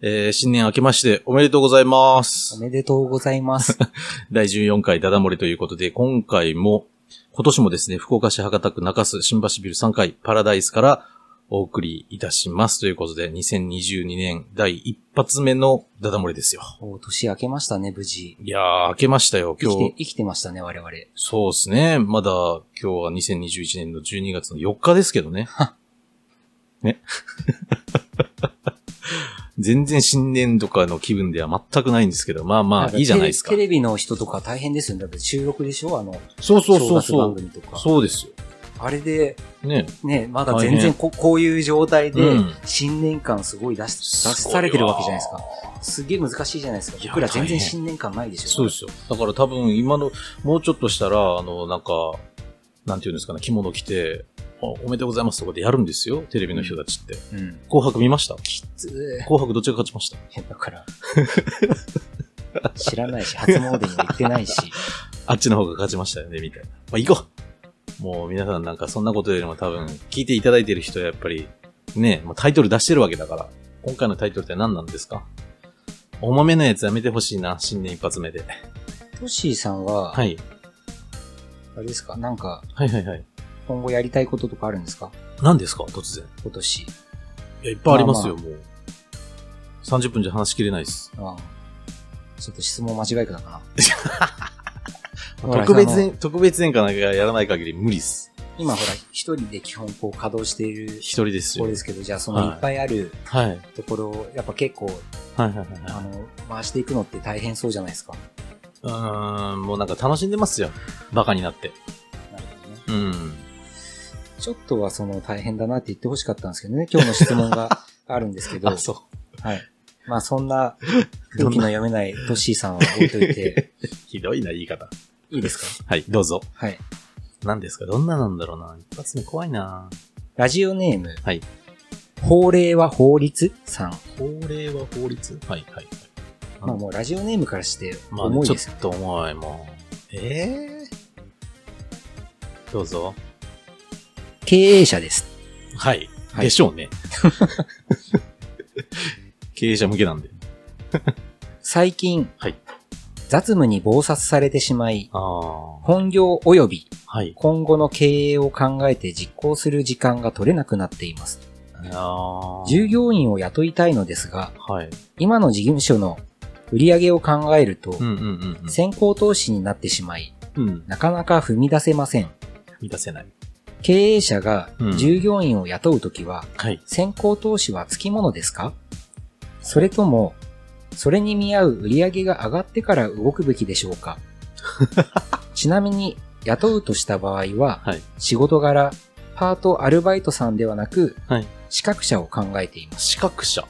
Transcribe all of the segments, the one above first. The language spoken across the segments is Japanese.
えー新年明けましておめでとうございまおす。めでとうございます。 第14回ダダ漏れということで、今回も、今年もですね、福岡市博多区中洲新橋ビル3階パラダイスからお送りいたします。ということで、2022年第一発目のダダ漏れですよ。お年明けましたね、無事。いやー、明けましたよ、生今きて日。、生きてましたね、我々。そうですね。まだ今日は2021年の12月の4日ですけどね。 ね。全然新年とかの気分では全くないんですけど、まあまあ、いいじゃないですかテ。レテレビの人とか大変ですよね。だって収録でしょあの、そうそう正そう月そ番う。組とか。そうですよ。あれで、ね。ね、まだ大変全然ここういう状態でうん、新年感すごい出し、出すごいわされてるわけじゃないですか。すげえ難しいじゃないですかい。や僕ら全大変然新年感ないでしょ。そうですよ。だから多分今の、もうちょっとしたら、あの、なんか、なんていうんですかね、着物着て、あおめでとうございますとかでやるんですよ。テレビの人たちって。うん。紅白見ましたつー紅白どっちが勝ちましただから。 知らないし、初詣にも行ってないし。あっちの方が勝ちましたよね、みたいな。まあ、行こうもう皆さんなんかそんなことよりも多分、聞いていただいてる人はやっぱり、ね、もうタイトル出してるわけだから。今回のタイトルって何なんですか重めのやつやめてほしいな、新年一発目で。トッシーさんは、はい。あれですかなんか、はいはいはい。今後やりたいこととかあるんですか何ですか突然。今年。いや、いっぱいありますよ、もう。30分じゃ話しきれないです。ああちょっと質問間違 いかなかな。特別ほらあの演、特別演かなんかやらない限り無理っす。今ほら、一人で基本こう稼働している一人です方よ。ですけど、じゃあそはのいいっぱいあるはい。はいところを、やっぱ結構、はいはいあはい。の、回していくのって大変そうじゃないですか。うーん、もうなんか楽しんでますよ。バカになって。なるほどね。うん。ちょっとはその大変だなって言ってほしかったんですけどね、今日の質問があるんですけど、 あ、そう。 はい。まあそ んな空気の読めないトッシーさんは置いといて、ひどいな、言い方。いいですかはい、どうぞ。はい。何ですかどんななんだろうな。一発目怖いな。ラジオネーム、はい。法令は法律さん。法令は法律はい、はい。まあもうラジオネームからしてまあ、重いちょですよっと重い、もう。ええどうぞ。経営者です。はい。はいでしょう ね。経営者向けなんで。最近、はい雑務に忙殺されてしまい、ああ。本業及びはい。今後の経営を考えて実行する時間が取れなくなっています。ああ。従業員を雇いたいのですが、はい。今の事務所の売り上げを考えると、うんうんうんうん。先行投資になってしまい、うん。なかなか踏み出せません。満たせない。経営者がうん従業員を雇うときは、はい。先行投資は付きものですかそれとも、それに見合う売り上げが上がってから動くべきでしょう かちなみに、雇うとした場合は、はい。仕事柄、パート、アルバイトさんではなく、はい資格者を考えています。資格者。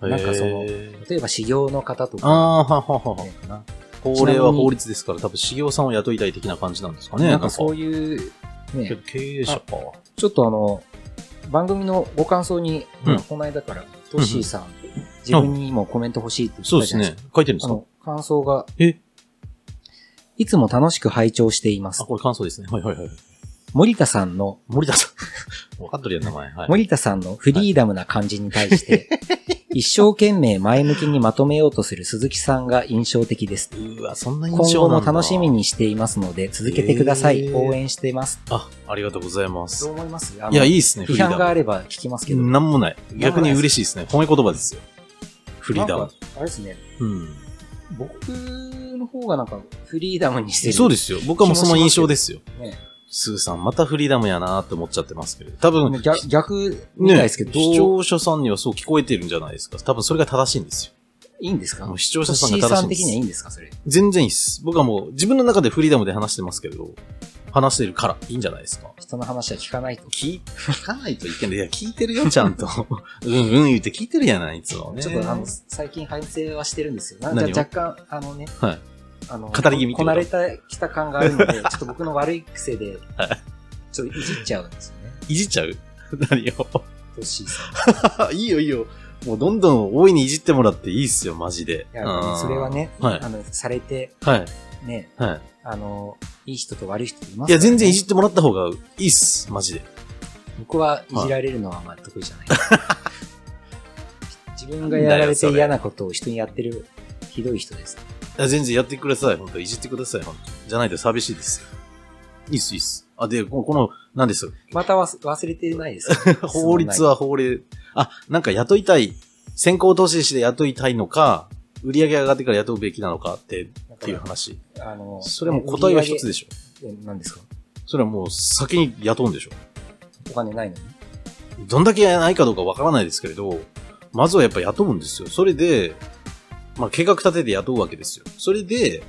なんかそのへー例えば、修行の方とあか、あ、ははははね。かな法令は法律ですから、多分、修行さんを雇いたい的な感じなんですかね。なんかそういう、けねど、経営者か。ちょっとあの、番組のご感想に、うんこの間から、トッシーさん、自分にもコメント欲しいって言ってそうでたじすゃないですかね。書いてるんであすかの、感想が、えいつも楽しく拝聴していますあ、。これ感想ですね。はいはいはい。森田さんの、森田さん。 分かっとるやん、名前。はい。森田さんのフリーダムな感じに対 して、一生懸命前向きにまとめようとする鈴木さんが印象的です。うわ、そんな印今象後なもんだ楽しみ。にしていますので、続けてください。へー応援してます。あ、ありがとうございますどう。思いますいや、いいいですね、フ批リーダ判があム。れば聞きますけど。なんもない。逆に嬉しいですね。褒め言葉ですよ。フフリーダム。あれですね、うん。僕の方がなんかフリーダムにしてる。そうですよ。僕はもうその印象ですよ。ね。スーさん、またフリーダムやなーって思っちゃってますけど。多分、ね逆逆みたいですけど、ど視う聴者さんにはそう聞こえてるんじゃないですか。多分それが正しいんですいいんですかよ。もう視聴者さんトッシーが正しさいんんで的す。にはいいんですかそれ。全然いいっす。僕はもう自分の中でフリーダムで話してますけど、話してるからいいんじゃないですか。人の話は聞かないと。聞い、聞かないといけない。いや、聞いてるよ、ちゃ んと。うんうん言って聞いてるやない、いつもね。ちょっとあの、最近反省はしてるんですよ。な何をじゃあ若干、あのね、はい。あの、語り気味ってことこなれてきた感がある ので、ちょっと僕の悪い癖で、ちょっといじっちゃうんですよね。いじっちゃう 何をトッシーさん。いいよ、いいよ。もうどんどん大いにいじってもらっていいっすよ、マジで。いや、それはね、はいあの、されて、はい。ね、はい。あの、いい人と悪い人いますからいね、や、全然いじってもらった方がいいっす、マジで。僕はいじられるのはまあ得意じゃ ない。自分がやられて嫌なことを人にやってるひどい人です。いや全然やってください、本当いじってください、本当じゃないと寂しいですよ。いいっす、いいっす。あ、で、この、この、何です。また忘忘れて ないですよ法律は法令。あ、なんか雇いたい。先行投資して雇いたいのか、売り上げ上がってから雇うべきなのか って、っそんなていうだか話。らあのそれはもう答えは一つでししょ。ょ。何ですかそれはもう先に雇うんでしょ。お金ないのに。どんだけないかどうかわからないですけれど、まずはやっぱ雇うんですよ。それで、まあ計画立てて雇うわけですよ。それで、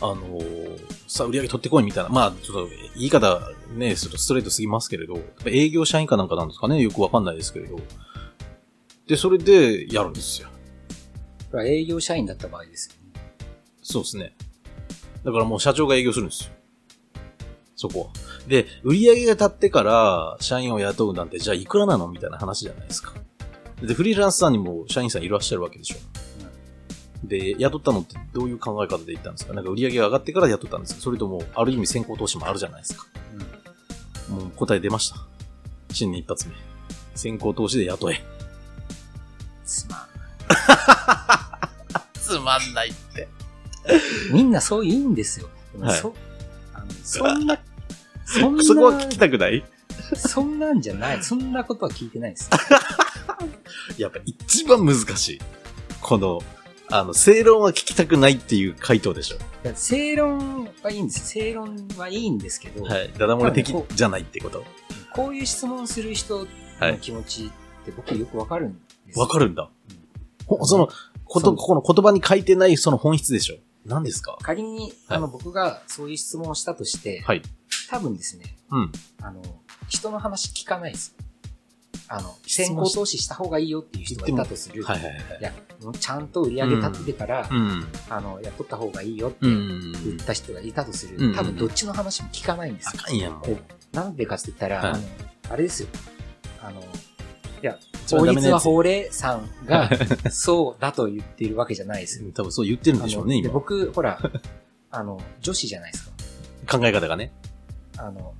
あのーさあ売り上げ取ってこいみたいな、まあちょっと言い方ね、するとストレートすぎますけれど、やっぱ営業社員かなんかなんですかね、よくわかんないですけれど。で、それでやるんですよ。これは営業社員だった場合ですよね。そうですね。だからもう社長が営業するんですよ。そこは。で、売り上げが立ってから社員を雇うなんて、じゃあいくらなのみたいな話じゃないですか。で、フリーランスさんにも社員さんいらっしゃるわけでしょ。で、雇ったのってどういう考え方で言ったんですかなんか売り上げが上がってから雇ったんですかそれとも、ある意味先行投資もあるじゃないですか。うんもう答え出ました。新年一発目。先行投資で雇え。すまん。つまんないって。みんなそう言うんですよ。でもはいそあのそんな、 そんな、そこは聞きたくないそんなんじゃない。そんなことは聞いてないです。やっぱ一番難しい。この、あの、正論は聞きたくないっていう回答でしょ。だから正論はいいんです。正論はいいんですけど、はい。ダダ漏れ的じゃないってこと。こういう質問する人はのい。気持ちって僕よくわかるんですよわかるんだうん。ほその、こと、ここの言葉に書いてないその本質でしょ。何ですか仮に、あの、僕がそういう質問をしたとして、はい。多分ですね、うん。あの、人の話聞かないですよ。あの、質問し先行投資した方がいいよっていう人がいたとする。はいはいはいいや、もうちゃんと売り上げ立ててから、うん。あの、雇った方がいいよってう言ん。った人がいたとする。うん多分どっちの話も聞かないんですあよ。かんやん、もう。なんでかって言ったら、はいあの、あれですよ。あの、それ法ダメな律やはつ法令さ んが、そうだと言っているわけじゃないですよ。多分そう言ってるんあでしょのうね、で今。考僕、ほら、あの、女子じゃないですか。え方がね。あの、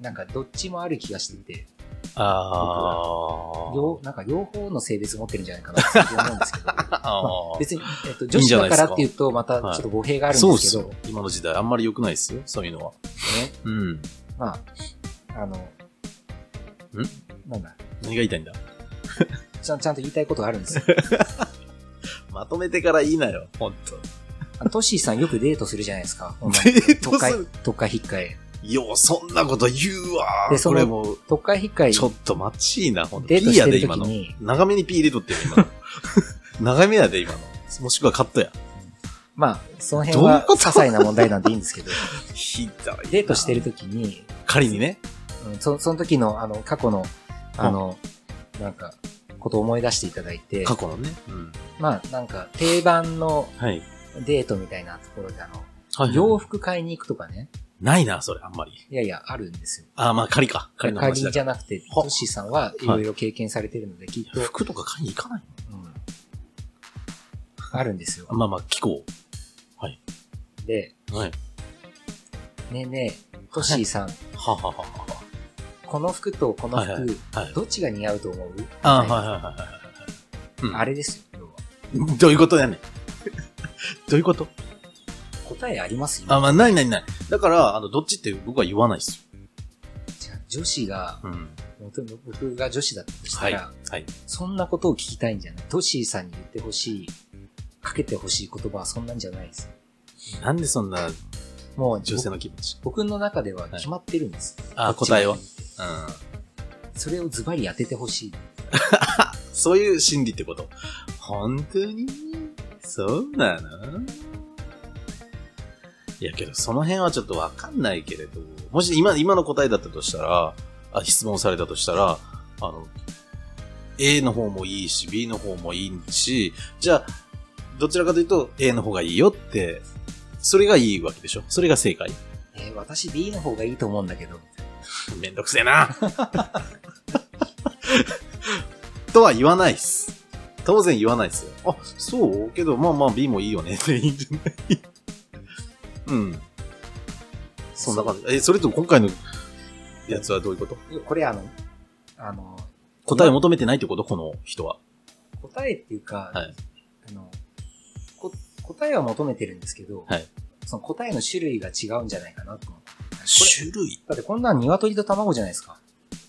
なんかどっちもある気がしてて、あ両、なんか両方の性別持ってるんじゃないかなって思うんで すけど、あ。ああ。別に、えっと、い女いん子じゃないでだかすからっていうと、またちょっと語弊があるんそうでっすすけど、よ。今の時代、あんまり良くないですよ、そういうのは。ね、うん。まあ、あの、なんだ、何が言いたいんだちゃんちゃんと言いたいことがあるん ですよ。まとめてから言いなよ、ほんと。あのトッシーさんよくデートするじゃないで すか。デー都トす会る。、都会引っかえ。よう、そんなこと言うわ。でそこのれもう、都会引っかえ、ちょっと待ちいな、ほんと。デート P しやてで、る今時の。に、長めに P 入れとってよ、今の。 長めやで、今の。もしくはカットや。まあ、その辺どういうはこと些細な問題なんでいいんですけど、ひどいな。デートしてる時に、仮にね。うん、そその時の、あの、過去の、あの、なんか、ことを思い出していただいて、過去のね。うん。まあ、なんか、定番のはい。デートみたいなところで、あの、はい。洋服買いに行くとかね、ないな、それ、あんまり。いやいや、あるんですよ。あー、まあ、仮か。仮の話仮だじかゃなくて、ほトッシーさんはいろいろ経験されてるので、きっと、ら。服とか買いに行かないうんあるんですよ。のまあまあ、聞こで、う。はい。ねえねえ、トッシーさん、はあはあはあはこの服とこの服、はいあはい。どっちが似合うと思うあー、みたいなはいはいはいはいはい。うんあれですよ、要は。どういうことやねん。 どういうこと答えありますよ。あ、まあ、ないないない。だから、あの、どっちって僕は言わないですじゃあ女子が、よ。うん。僕僕が女子だったとしたら、はい。そんなことを聞きたいんじゃないトッシーさんに言ってほしい、かけてほしい言葉はそんなんじゃないです。なんでそんなもう、女性の気持ち。僕の中では決まってるんです。あ、こっちが答えは。うん。それをズバリ当ててほしい。そういう心理ってこと。本当にそうなのいやけど、その辺はちょっとわかんないけれど、もし今、今の答えだったとしたら、あ、質問されたとしたら、あの、A の方もいいし、B の方もいいし、じゃあ、どちらかというと A の方がいいよって、それがいいわけでしょそれが正解。えー私 B の方がいいと思うんだけど、めんどくせえな。 とは言わないっす。当 然言わないっすよ。あ、そうけど、まあまあ B もいいよねって言うんじゃないうん。そんな感じ。え、それと今回のやつはどういうこといやこれあの、あの、答えを求めてないってことこの人は。答えっていうか、はいあのこ答えは求めてるんですけど、はいその答えの種類が違うんじゃないかなと思って。これ種類だってこんなん鶏と卵じゃないですか。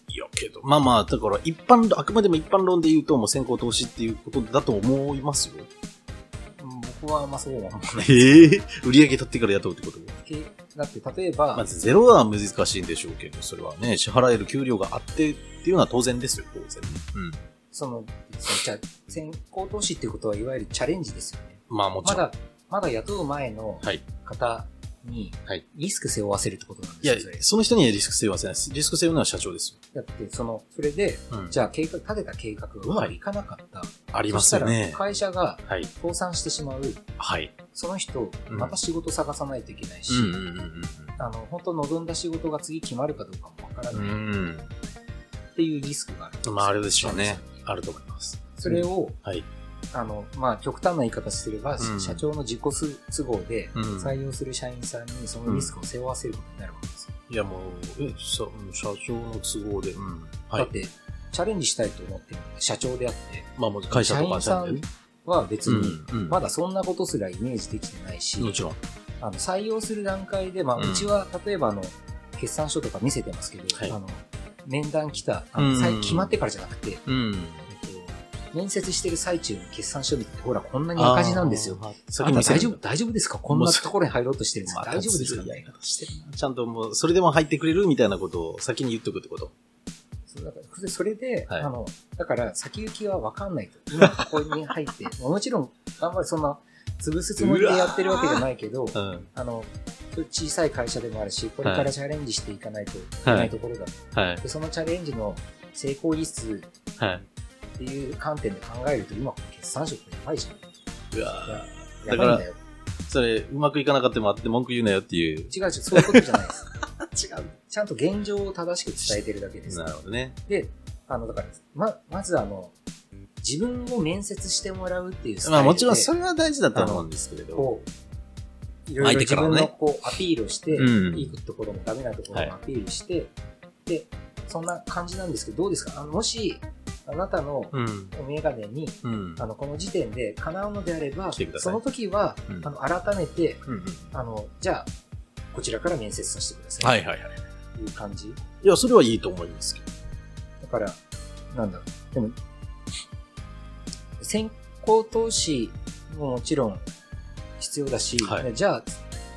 いやけど。まあまあ、だから一般、あくまでも一般論で言うと、もう先行投資っていうことだと思いますよ。うん僕はあんまそうは思う ええ売り上げ立ってから雇うってことけだって例えば、まずゼロは難しいんでしょうけど、それはね、支払える給料があってっていうのは当然ですよ、当然。うん。その、そのじゃあ先行投資っていうことはいわゆるチャレンジですよね。まあもちまろん。だ、まだ雇う前のはい方にはいリスク背負わせるってことなんいですやよ、それ、その人にはリスク背負わせないです。リスク背負うのは社長ですだって、その、それで、よ。うん。じゃあ計画、立てた計画がうまくいかなかった。ありますよそしねたら。会社がはい。倒産してしまう。はい。その人、うんまた仕事探さないといけないし、うんうんうんあの、本当望んだ仕事が次決まるかどうかもわからうなんいうん。っていうリスクがあるんでうすよ。ん。まああるでしょうね。あると思います。それを、はい。あの、まあ、極端な言い方すれば、うん社長の自己都合で、うん採用する社員さんにそのリスクを背負わせることになるわけですよ。いやもう、え、さうん社長の都合で。うん。はだっい。て、チャレンジしたいと思ってるのは社長であって、まあもう会社とか社員さんね。は別に、うん。うんまだそんなことすらイメージできてないし、もちろん。あの採用する段階で、まあ、うんうちは例えばあの決算書とか見せてますけど、はいあの面談来たあの、うん最決まってからじゃなくて、えっうん。と、面接してる最中に決算書見てほらこんなに赤字なんですよ。あー。あ先んにた見せ大る丈夫大丈夫ですかこんなところに入ろうとしてるんですまかあ大丈夫ですかやりね方してるなちゃんともう、それでも入ってくれるみたいなことを先に言っとくってこと。そうだからそれで、はいあの、だから先行きは分かんないと。今ここに入って、 もちろん、あんまりそんな、潰すつもりでやってるわけじゃないけど、うん。あの、小さい会社でもあるし、これからチャレンジしていかないといけはないいところだはい。でそのチャレンジの成功率はい。っていう観点で考えると、今、決算書ってやばいじうわゃん。だやからばいんだよ。それ、うまくいかなかったもあって文句言うなよっていう。違う違う、そういうことじゃないです。 違う。ちゃんと現状を正しく伝えてるだけですな。るほどね。で、あの、だから、ま、まずあの、自分を面接してもらうっていうスタイルで、まあもちろんそれは大事だと思うんですけれど。こう、いろい相手ろ自から分ねのこう、アピールをして、うんいいところもダメなところもアピールして、で、そんな感じなんですけど、どうですかあのもし、あなたのうん。お眼鏡に、うん。あのこの時点で叶うのであれば来てくださそいの時は、うんあの改めてうんうんあのじゃあこちらから面接させてくださはいいはいはい。という感じ、いや、それはいいと思いますけど。だからなんだろうでも先行投資ももちろん必要だし、はいじゃあ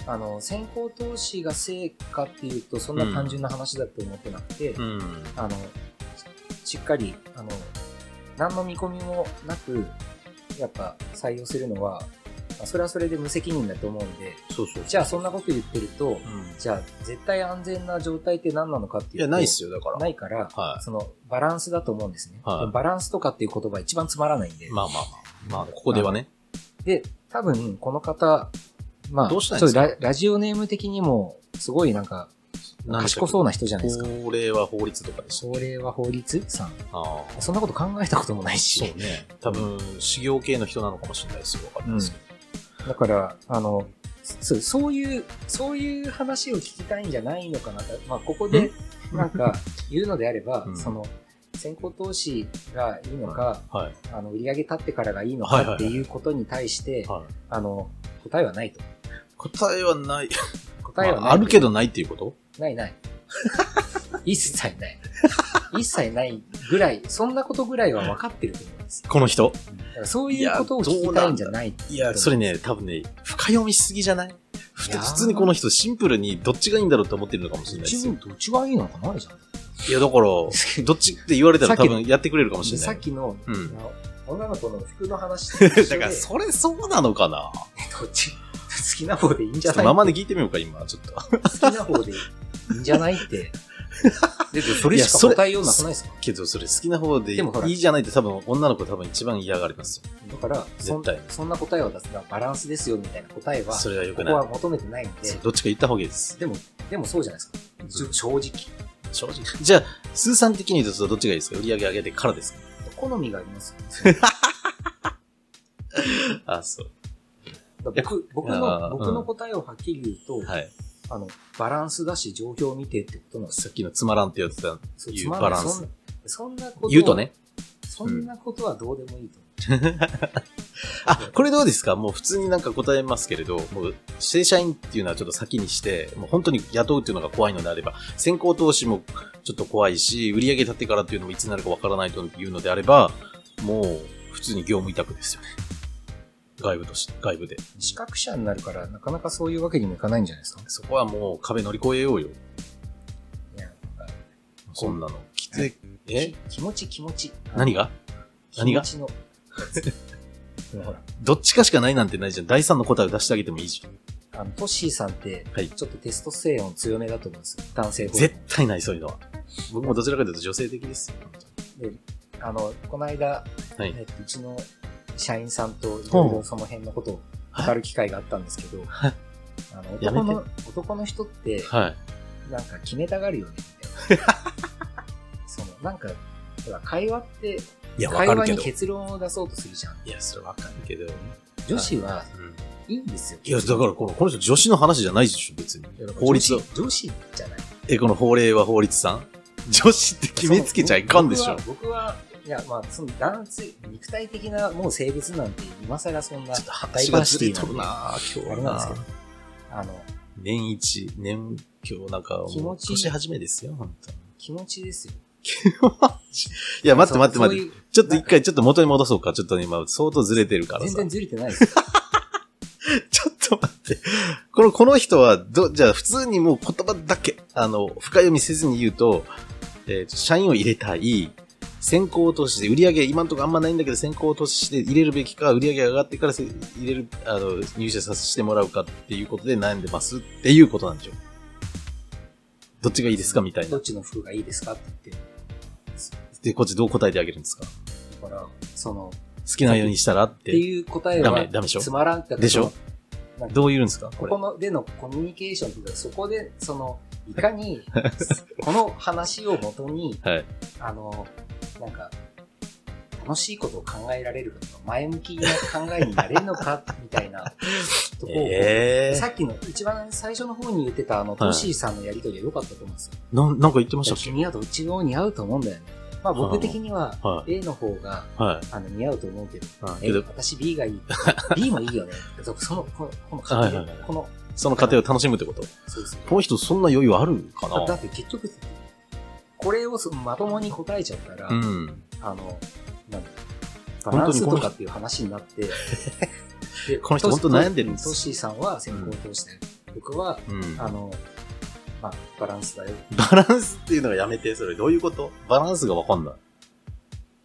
あの先行投資が成果っていうとそんな単純な話だと思ってなくて、うん。あのししっかりあの何の見込みもなくやっぱ採用するのはまあそれはそれで無責任だと思うんでそうそう。じゃあそんなこと言ってるとうん。いじゃあ絶対安全な状態って何なのかっていうとや、ないっすよ、だから。ないから、はいそのバランスだと思うんですね、はいでもバランスとかっていう言葉一番つまらないんで、まあまあまあ。まあ、ここではね。で多分この方まあどうしたんですかちょっとララジオネーム的にもすごいなんか何でした賢っそうな人じゃないですかけ法令は法律とかでしそれは法律さんた。ああ。そんなこと考えたこともないしそうね。多分、修行系の人なのかもしれないですよ。わかんないですけど。だから、あの、そうそういう、そういう話を聞きたいんじゃないのかなと。まあ、ここで、なんか、言うのであれば、うんその、先行投資がいいのか、はい。あの、売り上げ立ってからがいいのはいはいかはっいていうことに対して、はい。あの、答えはないと。答えはない。答えはない、まああるけ。どないっていうことないない。 一切ない。一切ないぐらい、そんなことぐらいは分かってると思うんです。この人。だからそういうことを聞きたいんじゃないいや、それね、多分ね、深読みしすぎじゃないふいやー普通にこの人シンプルにどっちがいいんだろうと思ってるのかもしれないです自よ分。どっちがいいのかなじゃん。いや、だから、どっちって言われたらさ多っき分やってくれるかもしれさなっい。きの、うんあの女の子の服の話と一緒でだから、それそうなのかなどっち好きな方でいいんじちょゃっとないままで聞いてみようか、今、ちょっと。好きな方でいいんじゃない って。で、それいやしかそれ答えようなくないですかけど、それ好きな方ででもほらいいじゃないって多分、女の子多分一番嫌がりますよ。だからそん絶対そんな答えを出すのはバランスですよみたいな答えは、それは良こくこないは。求めてないんで、そうどっちか言った方がいいです。でも、でもそうじゃないですか。ちょ正直。正直。じゃあ、スーさん的に言うとどっちがいいですか売り上げ上げてからですか好みがありますよね。あ、そう。だから僕、僕いやーの、う僕んの答えをはっきり言うと、はい。あの、バランスだし、状況を見てってことなんですさっきのつまらんってやつだ。そういうつまんないバランスそんそんなこと。言うとね。。そんなことはどうでもいいと。あ、これどうですかもう普通になんか答えますけれど、もう正社員っていうのはちょっと先にして、もう本当に雇うっていうのが怖いのであれば、先行投資もちょっと怖いし、売上立ってからっていうのもいつになるかわからないというのであれば、もう普通に業務委託ですよね。外部として、外部で。資格者になるから、なかなかそういうわけにもいかないんじゃないですか。そこはもう壁乗り越えようよ。いやなんかそんなの。きつい。えき気持ち気持ち。何が何が気持ちのや つ。でもほら、どっちかしかないなんてないじゃん。第三の答えを出してあげてもいいじゃん。あの、トッシーさんってはい、ちょっとテスト性音強めだと思うんですよ。男性ホルモン絶対ない、そういうのは。僕もどちらかというと女性的ですよ。で、あの、この間、はいえっと、うちの社員さんといろいろその辺のことを語る機会があったんですけど、はいあのやめて男の男の人って、はい。なんか決めたがるよ ね、みたいな。その、なんか、ほら会話って、いや、わ会かる話けにど。結論を出そうとするじゃん。いや、それわかるけど。女子はうんいいんですよ。いや、だからこの、この人女子の話じゃないでしょ、別にいやだ。から法律女。子女子じゃない。え、この法令は法律さん女子って決めつけちゃいかんでしょ。ちその僕は、僕は、いや、まあ、その男性、肉体的なもう性別なんて、今更そんなょっ、と話がずれとるな今日はあれなんでなすけど、あの、年一、年、今日なんか、気もう持ちいい年始めですよ、本当に。気持ちですよ。いや、待って待って待って。って。そういうちょっと一回ちょっと元に戻そうか。ちょっと今、相当ずれてるから全さ。然ずれてないですよ。 ちょっと待って。この、この人は、ど、じゃあ普通にもう言葉だけ、あの、深読みせずに言うと、えー社員を入れたい、先行投資で売り上げ、今のところあんまないんだけど、先行投資して入れるべきか、売り上げが上がってからせ入れる、あの、入社させてもらうかっていうことで悩んでますっていうことなんでしょう。どっちがいいですかみたいどなっ。ちの服がいいですかって言ってで、こっちどう答えてあげるんですか好だから、その、きなようにしたらっってて、いう答えダは、メダメでしょつまらんってでしょそのどう言うんですかここれこ。のでのコミュニケーションっていうか、そこで、その、い かに、この話をもとに、はい。あの、なんか、楽しいことを考えられるかとか、前向きな考えになれるのか、みたいなとこを、えさっきの一番最初の方に言ってた、あの、トッシーさんのやりとりは良かったと思うんですよ。ー、なん、なんか言ってましたっけ君はどっちも似合うと思うんだよね。まあ僕的には、は A の方が、い。はい。あの、似合うと思うけど、うんえけど私 B がいい。B もいいよね。そその、この、この過はい程、はいはいこの、その過程を楽しむってことそうそう。この人そんな余裕あるかだだなって結局、これをそまともに答えちゃったら、うん。あの、なんだバ本ラン当にスこの人とかっていう話に なって、でこの人本当悩んでるんですトシーさんは先行投資だよ。僕は、うん、あの、まあ、バランスだよ。だかバランスっていうのがやめて、それどういうことバランスがわかんない。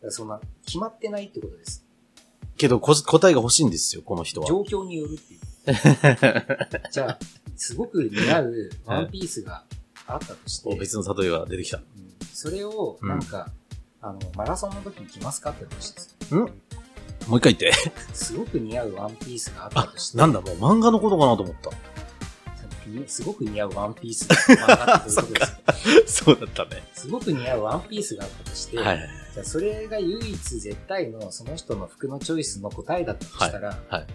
らそんな、決まってないってことです。けどこ答えが欲しいんですよ、この人 は。状況によるっていう。じゃあ、すごく似合うワンピースがあったとして、お別の例えが出てきた。うんそれを、なんか、あの、マラソンの時に着ますかって話です。もう一回言って。 すごく似合うワンピースがあったとして、なんだ、もう漫画のことかなと思った。すごく似合うワンピースがあ ったということで す。そうだったね。すごく似合うワンピースがあったとして、はい。じゃあそれが唯一絶対のその人の服のチョイスの答えだったとしたら、はい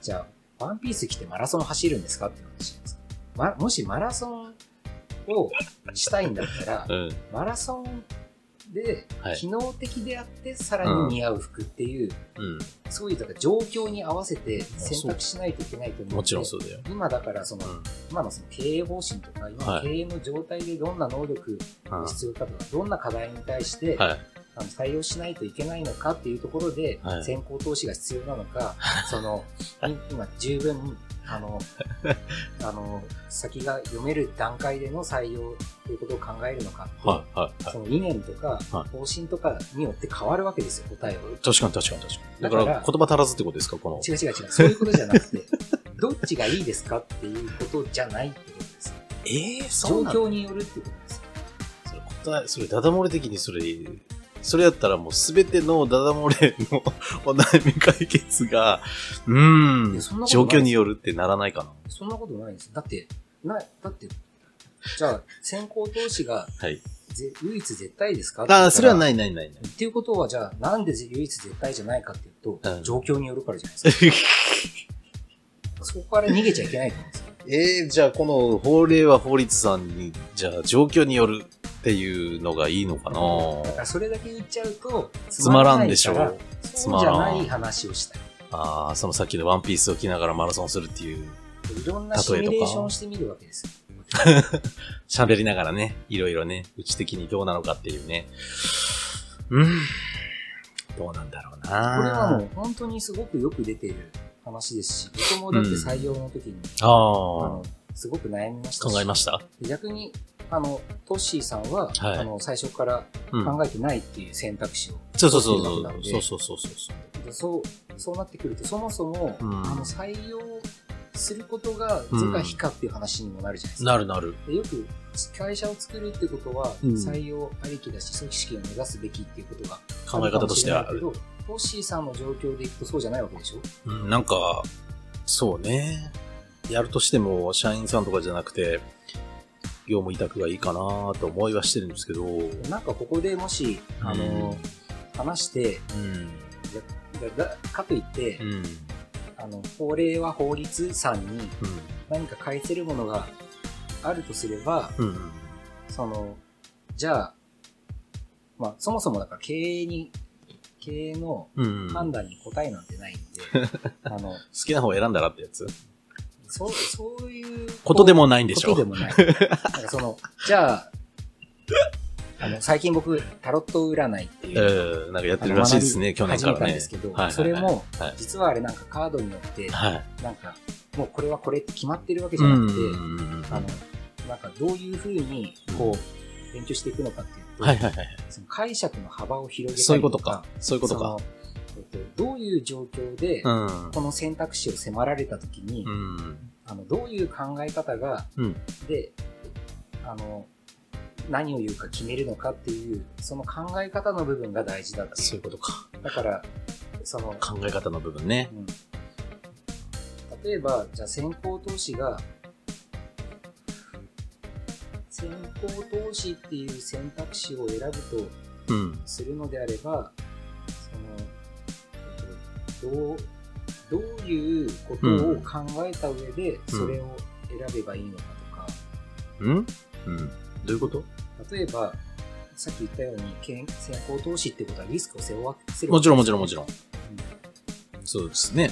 じゃあ、ワンピース着てマラソン走るんですかって話なんです、ま。もしマラソンをしたいんだったら う、ん。マラソンではい機能的であってさらに似合う服っていう、そういうだから状況に合わせて選択しないといけないと思ううん。でもちろんそうだよ。今だからその、うん今のその経営方針とか、今の経営の状態でどんな能力うん。がは必要かとか、どんな課題に対して、い。あの採用しないといけないのかっていうところで、はい先行投資が必要なのか、 その、い今十分、あの、あの、先が読める段階での採用ということを考えるのかって、はい。はい。はいその理念とかは方針とかによって変わるわけですよ、答えは。確かに確かに確かに。だかだらから言葉足らずってことですか、この。違う違う違う、そういうことじゃなくて、どっちがいいですかっていうことじゃないってことです。ええ状状況況によるってことです。それ答え、それダダ漏れ的にそれ、それやったらもうすべてのダダ漏れのお悩み解決が、ういーんやそんなこと状ない況によるってならないかな。そんなことないです。だって、な、だって、じゃあ、先行投資がはい。ぜ唯一絶対ですか。ああ、それはないいないないない。っていうことは、じゃあ、なんで唯一絶対じゃないかっていうと、うん 状況によるからじゃないですか。そこから逃げちゃいけないと思うんですよ。えー、じゃあこの法令は法律さんに、じゃあ状況によるっていうのがいいのかなだからそれだけ言っちゃうと、つまらんでしょつまらなうい。からそうじゃない話をしたい。ああ、そのさっきのワンピースを着ながらマラソンするっていう、いろんなシミュレーションをしてみるわけですよ。喋りながらね、いろいろね、うち的にどうなのかっていうね。うん。どうなんだろうこれはなもう本当にすごくよく出ている話ですし、僕もだって採用の時に、あああの、すごく悩みましたし考えました逆に、あの、トッシーさんは、はいあの、最初からうん。考えてないっていう選択肢を、そうそうそうなのでそう。そうそうそうそう。そう、そうなってくると、そもそも、うんあの、採用することが、是か非かっていう話にもなるじゃないですか。なるなる。でよく、会社を作るってことは、うん採用ありきだし、組織を目指すべきっていうことが考え方としてはあるかもしれないけど、トッシーさんの状況でいくとそうじゃないわけでしょうん、なんか、そうね。やるとしても、社員さんとかじゃなくて、業務委託がいいかなと思いはしてるんですけど、うなんかここでもし、あの、うん話して、ん。だだかといって、うん。あの、法令は法律さんにうん。何か返せるものがあるとすれば、うん。その、じゃあ、まあ、そもそもだから経営に、経営のうん。判好断に答えなんてない んで、あの、きな方選んだらってやつそう、そういう。ことでもないんでしょことでもない。なんかその、じゃあ、あの、最近僕、タロット占いっていう、うん。なんかやってるらしいですね、去年始かめらたんね。ですけど、はいはいはいそれも、はい実はあれなんかカードによって、はい。なんか、もうこれはこれって決まってるわけじうゃんなくて、うん。あはの、なんかどういうふうに、こう、勉強していくのかっていうと、いはいはい。その解釈の幅を広げたりとか、そういうことか。そういうことか。そのえっとどういう状況で、うん。この選択肢を迫られたときに、うん。あの、どういう考え方が、うんで、あの、何を言うか決めるのかっていう、その考え方の部分が大事だってそういうことか。だから、その、考え方の部分ねう。ん例えば、じゃあ先行投資が、先行投資っていう選択肢を選ぶとうん。するのであれば、その、えっとどう、どういうことを考えた上で、それを選べばいいのかとか、うんうん。どういうこと例えば、さっき言ったように、けん先行投資ってことはリスクを背負わせるもちろんもちろんん。もちろん。そうですね。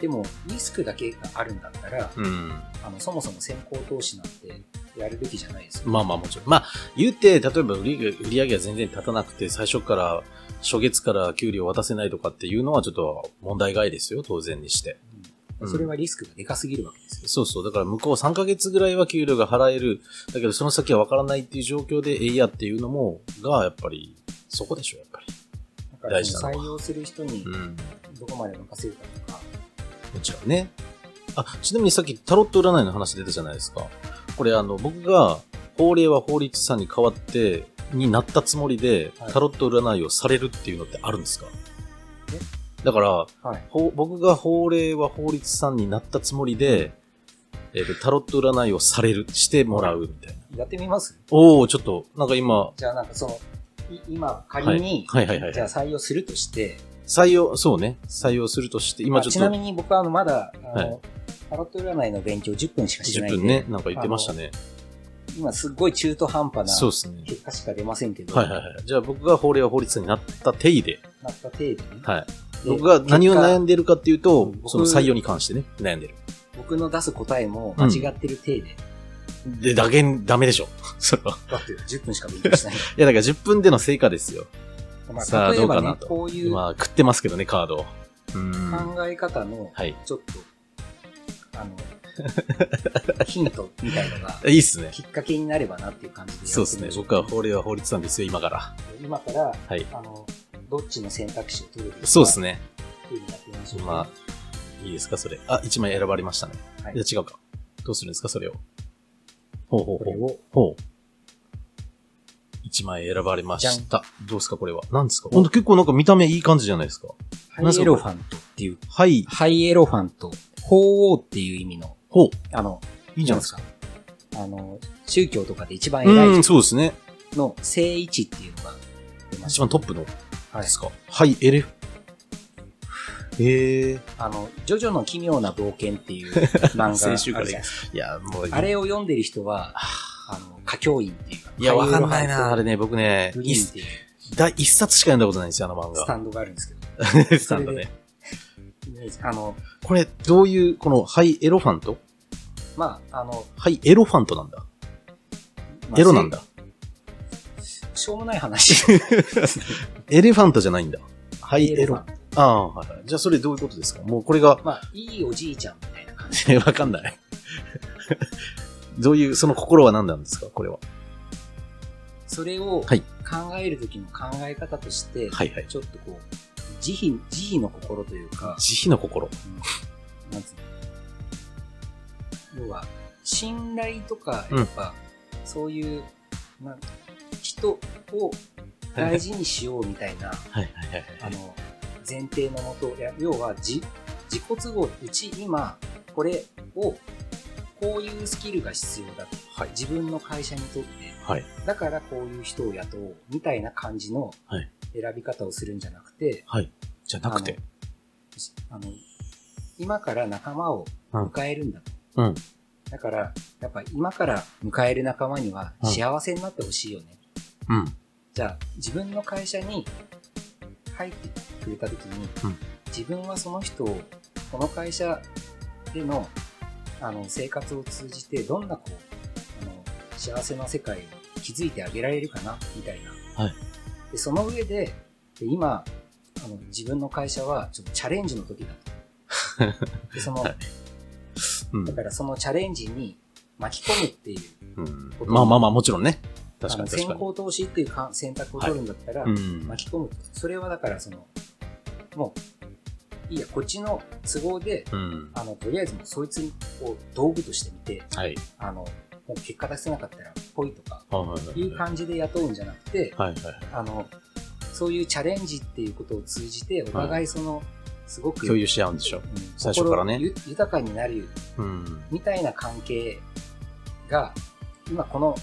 でも、リスクだけがあるんだったら、うん。あの、そもそも先行投資なんてやるべきじゃないですよ。まあまあもちろん。まあ、言うて、例えば売り売り上げが全然立たなくて、最初から、初月から給料渡せないとかっていうのはちょっと問題外ですよ、当然にして。ううんんそれはリスクがでかすぎるわけですよ。そうそう。だから向こう3ヶ月ぐらいは給料が払える。だけどその先は分からないっていう状況で、えいやっていうのも、が、やっぱり、そこでしょ、やっぱり。だから、大事なのは採用する人にうん。どこまで任せるかとか、もちろんね。あ、ちなみにさっきタロット占いの話出たじゃないですか。これあの、僕が法令は法律さんに代わって、になったつもりではい、タロット占いをされるっていうのってあるんですか、だから、はい。ほ僕が法令は法律さんになったつもりで、えっ、と、タロット占いをされる、してもらうみたいな。やってみますおおちょっと、なんか今、じゃあなんかその、い今仮に、はいはいはいはいじゃあ採用するとして、採用、そうね、採用するとして、今あちょちっなとみに僕はあのまだ、あの、はタロット占いの勉強10分しかしてな10いん分で、ね、なんか言ってましたね。今すっごい中途半端そうなですね。結果しか出ませんけど、はいはいはい。じゃあ僕が法令は法律さんになった定義で、なった程度ね。はい。で僕が何を悩んでるかっていうと結、果その採用に関してね、悩んでる。僕の出す答えも間違ってる体で、で、だけん、ダメでしょ。 それは。だって10分しか勉強しない。いや、だから10分での成果ですよ。まさあ例えばどうかねな、とこういう今、食ってますけどね、カードを。うーん。考え方のはい。ちょっと、あの、 ヒントみたいのが、いいっすね。きっかけになればなっていう感じでやってみましそょうですね。僕は法令は法律なんですよ、今から。今から、はい。あの、どっちの選択肢を取るべきかそうです。ね。っていうのをやってみましょうね。まあ、いいですか、それ。あ、1枚選ばれましたね。はいいや、違うか。どうするんですか、それを。ほうほこうれほう。を、ほう。1枚選ばれました。どうですか、これは。何ですかほんと結構なんか見た目いい感じじゃないですか。ハイエロファントっていう、はい。ハイエロファント、法王っていう意味の、ほう。あの、いいんじゃないですか。なんですか。あの、宗教とかで一番偉ういん、人そうですね。の聖位置っていうのが出ました一番トップのではいすか。はい、エレフへえ。あの、ジョジョの奇妙な冒険って いう漫画あるじゃな先い週からですか。いや、もう、あれを読んでる人は、あの、歌教員っていうか。いや、わかんないな、あれね。ね、僕ね、グリーンっ一ていう第一冊しか読んだことないんですよ、あの漫ス画。タンドがあるんですけど。 スタンドね。あの、これ、どういう、この、ハイエロファントまあ、あの、ハイエロファントなんだ。まあエロなん。だ。しょうもない話。エレファントじゃないんだ。ハイエエロロ。ああ、はいはい。じゃあ、それどういうことですかもうこれが、まあ、いいおじいちゃんみたいな感じ。え わかんない。どういう、その心は何なんですかこれは。それを考はいえる時の考え方として、はいはい。ちょっとこう、慈悲、慈悲の心というか、慈悲の心。なんつうの要は、信頼とか、やっぱ、そういう、なん人を大事にしようみたいな、 はいはいはいあの、前提のもと、いや要はじ、自己都合、うち今、これを、こういうスキルが必要だと。はい自分の会社にとって、はい。だからこういう人を雇おう、みたいな感じのはい選び方をするんじゃなくて、はい。じゃなくて。あの、今から仲間を迎えるんだと。うん。だから、やっぱ今から迎える仲間にはうん幸せになってほしいよね。うん。じゃあ、自分の会社に入ってくれた時に、うん自分はその人を、この会社での、あの、生活を通じて、どんなこう、あの、幸せな世界を築いてあげられるかな、みたいな。はいで、その上で、で今、あの、自分の会社は、ちょっとチャレンジの時だ と。で、その、はだいうんからそのチャレンジに巻き込むっていう、うん。まあまあまあ、もちろんね。確かあのに確か先に。行投資っていうか選択を取るんだったら、うん。巻き込むと。それはだからその、もう、いいや、こっちの都合で、うん。あの、とりあえずもうそいつを道具としてみて、はい。あの、もう結果出せなかったら、ぽいとか、はいはいはいいう感じで雇うんじゃなくて、はいはいはい。あの、そういうチャレンジっていうことを通じて、お互いその、すごく、共有し合うんでしょうん。最初からね心ゆ豊かになるうん。みたいな関係が、今この、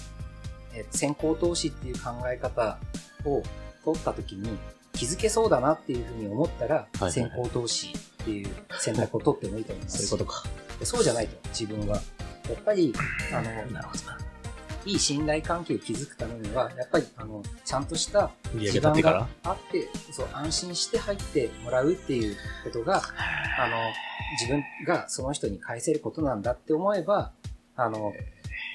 えー先行投資っていう考え方を取った時に気づけそうだなっていうふうに思ったら、いはい先行投資っていう選択を取ってもいいと思います。そういうことか。そうじゃないと、自分は。やっぱり、あの、なるほどな。いい信頼関係を築くためには、やっぱり、あの、ちゃんとした売り上げ基立っ盤てからがあって、そう、安心して入ってもらうっていうことが、あの、自分がその人に返せることなんだって思えば、あの、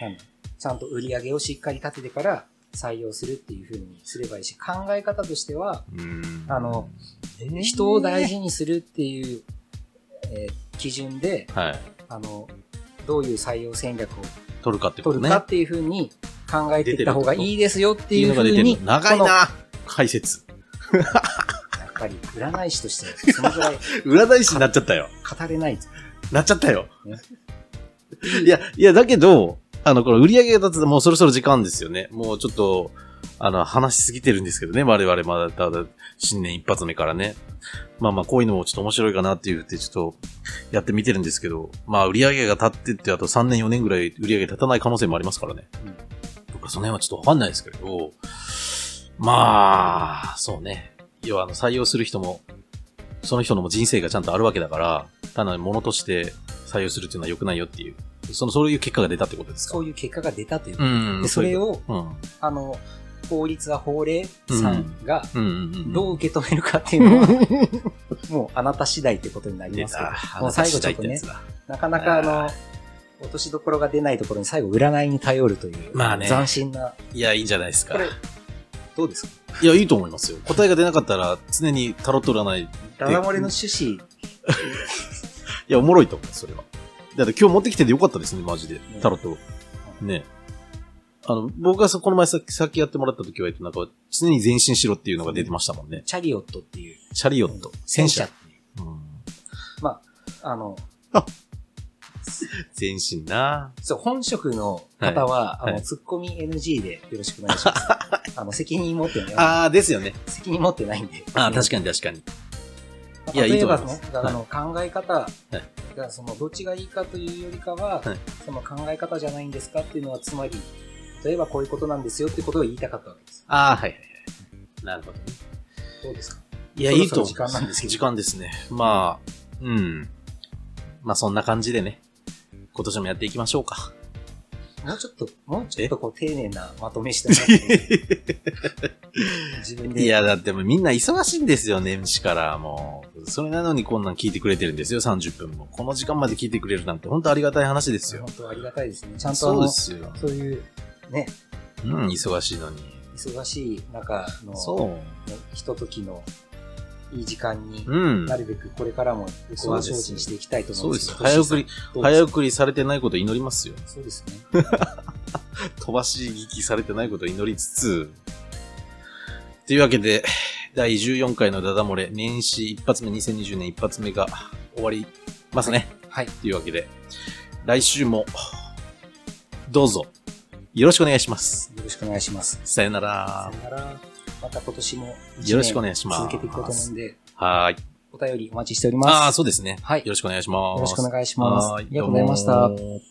なんだちゃんと売り上げをしっかり立ててから採用するっていうふうにすればいいし、考え方としては、うんあの、えー人を大事にするっていう、えー基準で、はい。あの、どういう採用戦略を取るかってこ取とるね。かっていうふうに考えていった方がいいですよっていうふのうに、が出てる長いこのやな解説。っぱり占い師として、そのぐらい占い師になっちゃったよ。語れない。なっちゃったよね。いや、いや、だけど、あの、この売り上げが立つともうそろそろ時間ですよね。もうちょっと、あの、話しすぎてるんですけどね。我々まだ、ただ、新年一発目からね。まあまあ、こういうのもちょっと面白いかなっていうって、ちょっと、やってみてるんですけど、まあ、売り上げが立ってって、あと3年4年ぐらい売り上げ立たない可能性もありますからね。うん僕はその辺はちょっとわかんないですけれど、まあ、そうね。要は、あの、採用する人も、その人のも人生がちゃんとあるわけだから、単なるものとして採用するっていうのは良くないよっていう、その、そういう結果が出たってことですかそういう結果が出たという。んでそれを、を、うん。あの、法律は法令さんがうんうんうん。どうう受け止めるかっていうのは、 もうあなた次第ってことになり出ますけどた。、もう最後ちょっとあなたね次第てやつだなかなかああの、落としどころが出ないところに最後占いに頼るという、まあね斬新な、いや、いいんじゃないですかこ。れ、どうですかいや、いいと思いますよ。答えが出なかったら、常にタロット占い、いダダ漏れの趣旨、や、おもろいと思う、それは。だって今日持ってきててよかったですね、マジで。タロット。ね。あの、僕がさ、この前ささっきやってもらった時は、えっとなんか、常に前進しろっていうのが出てましたもんね。チャリオットっていう、チャリオット。戦車。っていう、うん。あの、前進なそう、本職の方は、はいあはの、いツッコミ NG でよろしくお願いします。 あの、責任持ってね、あー、ですよね。責任持ってないんで。あー確かに確かに。いや例いいえと思ばいますね、あの考え方がそのどっちがいいかというよりかは、はいその考え方じゃないんですかっていうのはつまり、例えばこういうことなんですよってことを言いたかったわけです。ああ、はいはいはい。なるほどね。どうですかいや、そいろいそとろ思いま時間なんですけど時間ですね。まあ、うん。まあ、そんな感じでね、今年もやっていきましょうか。もうちょっと、もうちょっとこう丁寧なまとめしてもらって自分で。いや、だってもうみんな忙しいんですよ、年始から。もう、それなのにこんなん聞いてくれてるんですよ、30分も。この時間まで聞いてくれるなんて、本当ありがたい話ですよ本。当ありがたいですね。ちゃんとあそうの、でそすよ。ういう、ね、うん、忙しいのに。忙しい中の、そひとときのいい時間にう。、うんな。るべくこれからも僕は精進していきたいとそ思ううんですよ。けど早送り、、どうです早送りされてないことを祈りますよ。そうですね。飛ばし聞きされてないことを祈りつつ、というわけで、第14回のダダ漏れ、年始一発目、2020年一発目が終わりますね。はい。というわけで、来週も、どうぞ、よろしくお願いします。よろしくお願いします。さよなさら。よなら。また今年もよろしくお願いします続けていこうと思うんで、はーい。お便りお待ちしております。ああ、そうですね。はいよろしくお願いします。よろしくお願いしはます。あーりがとうございましたど。うも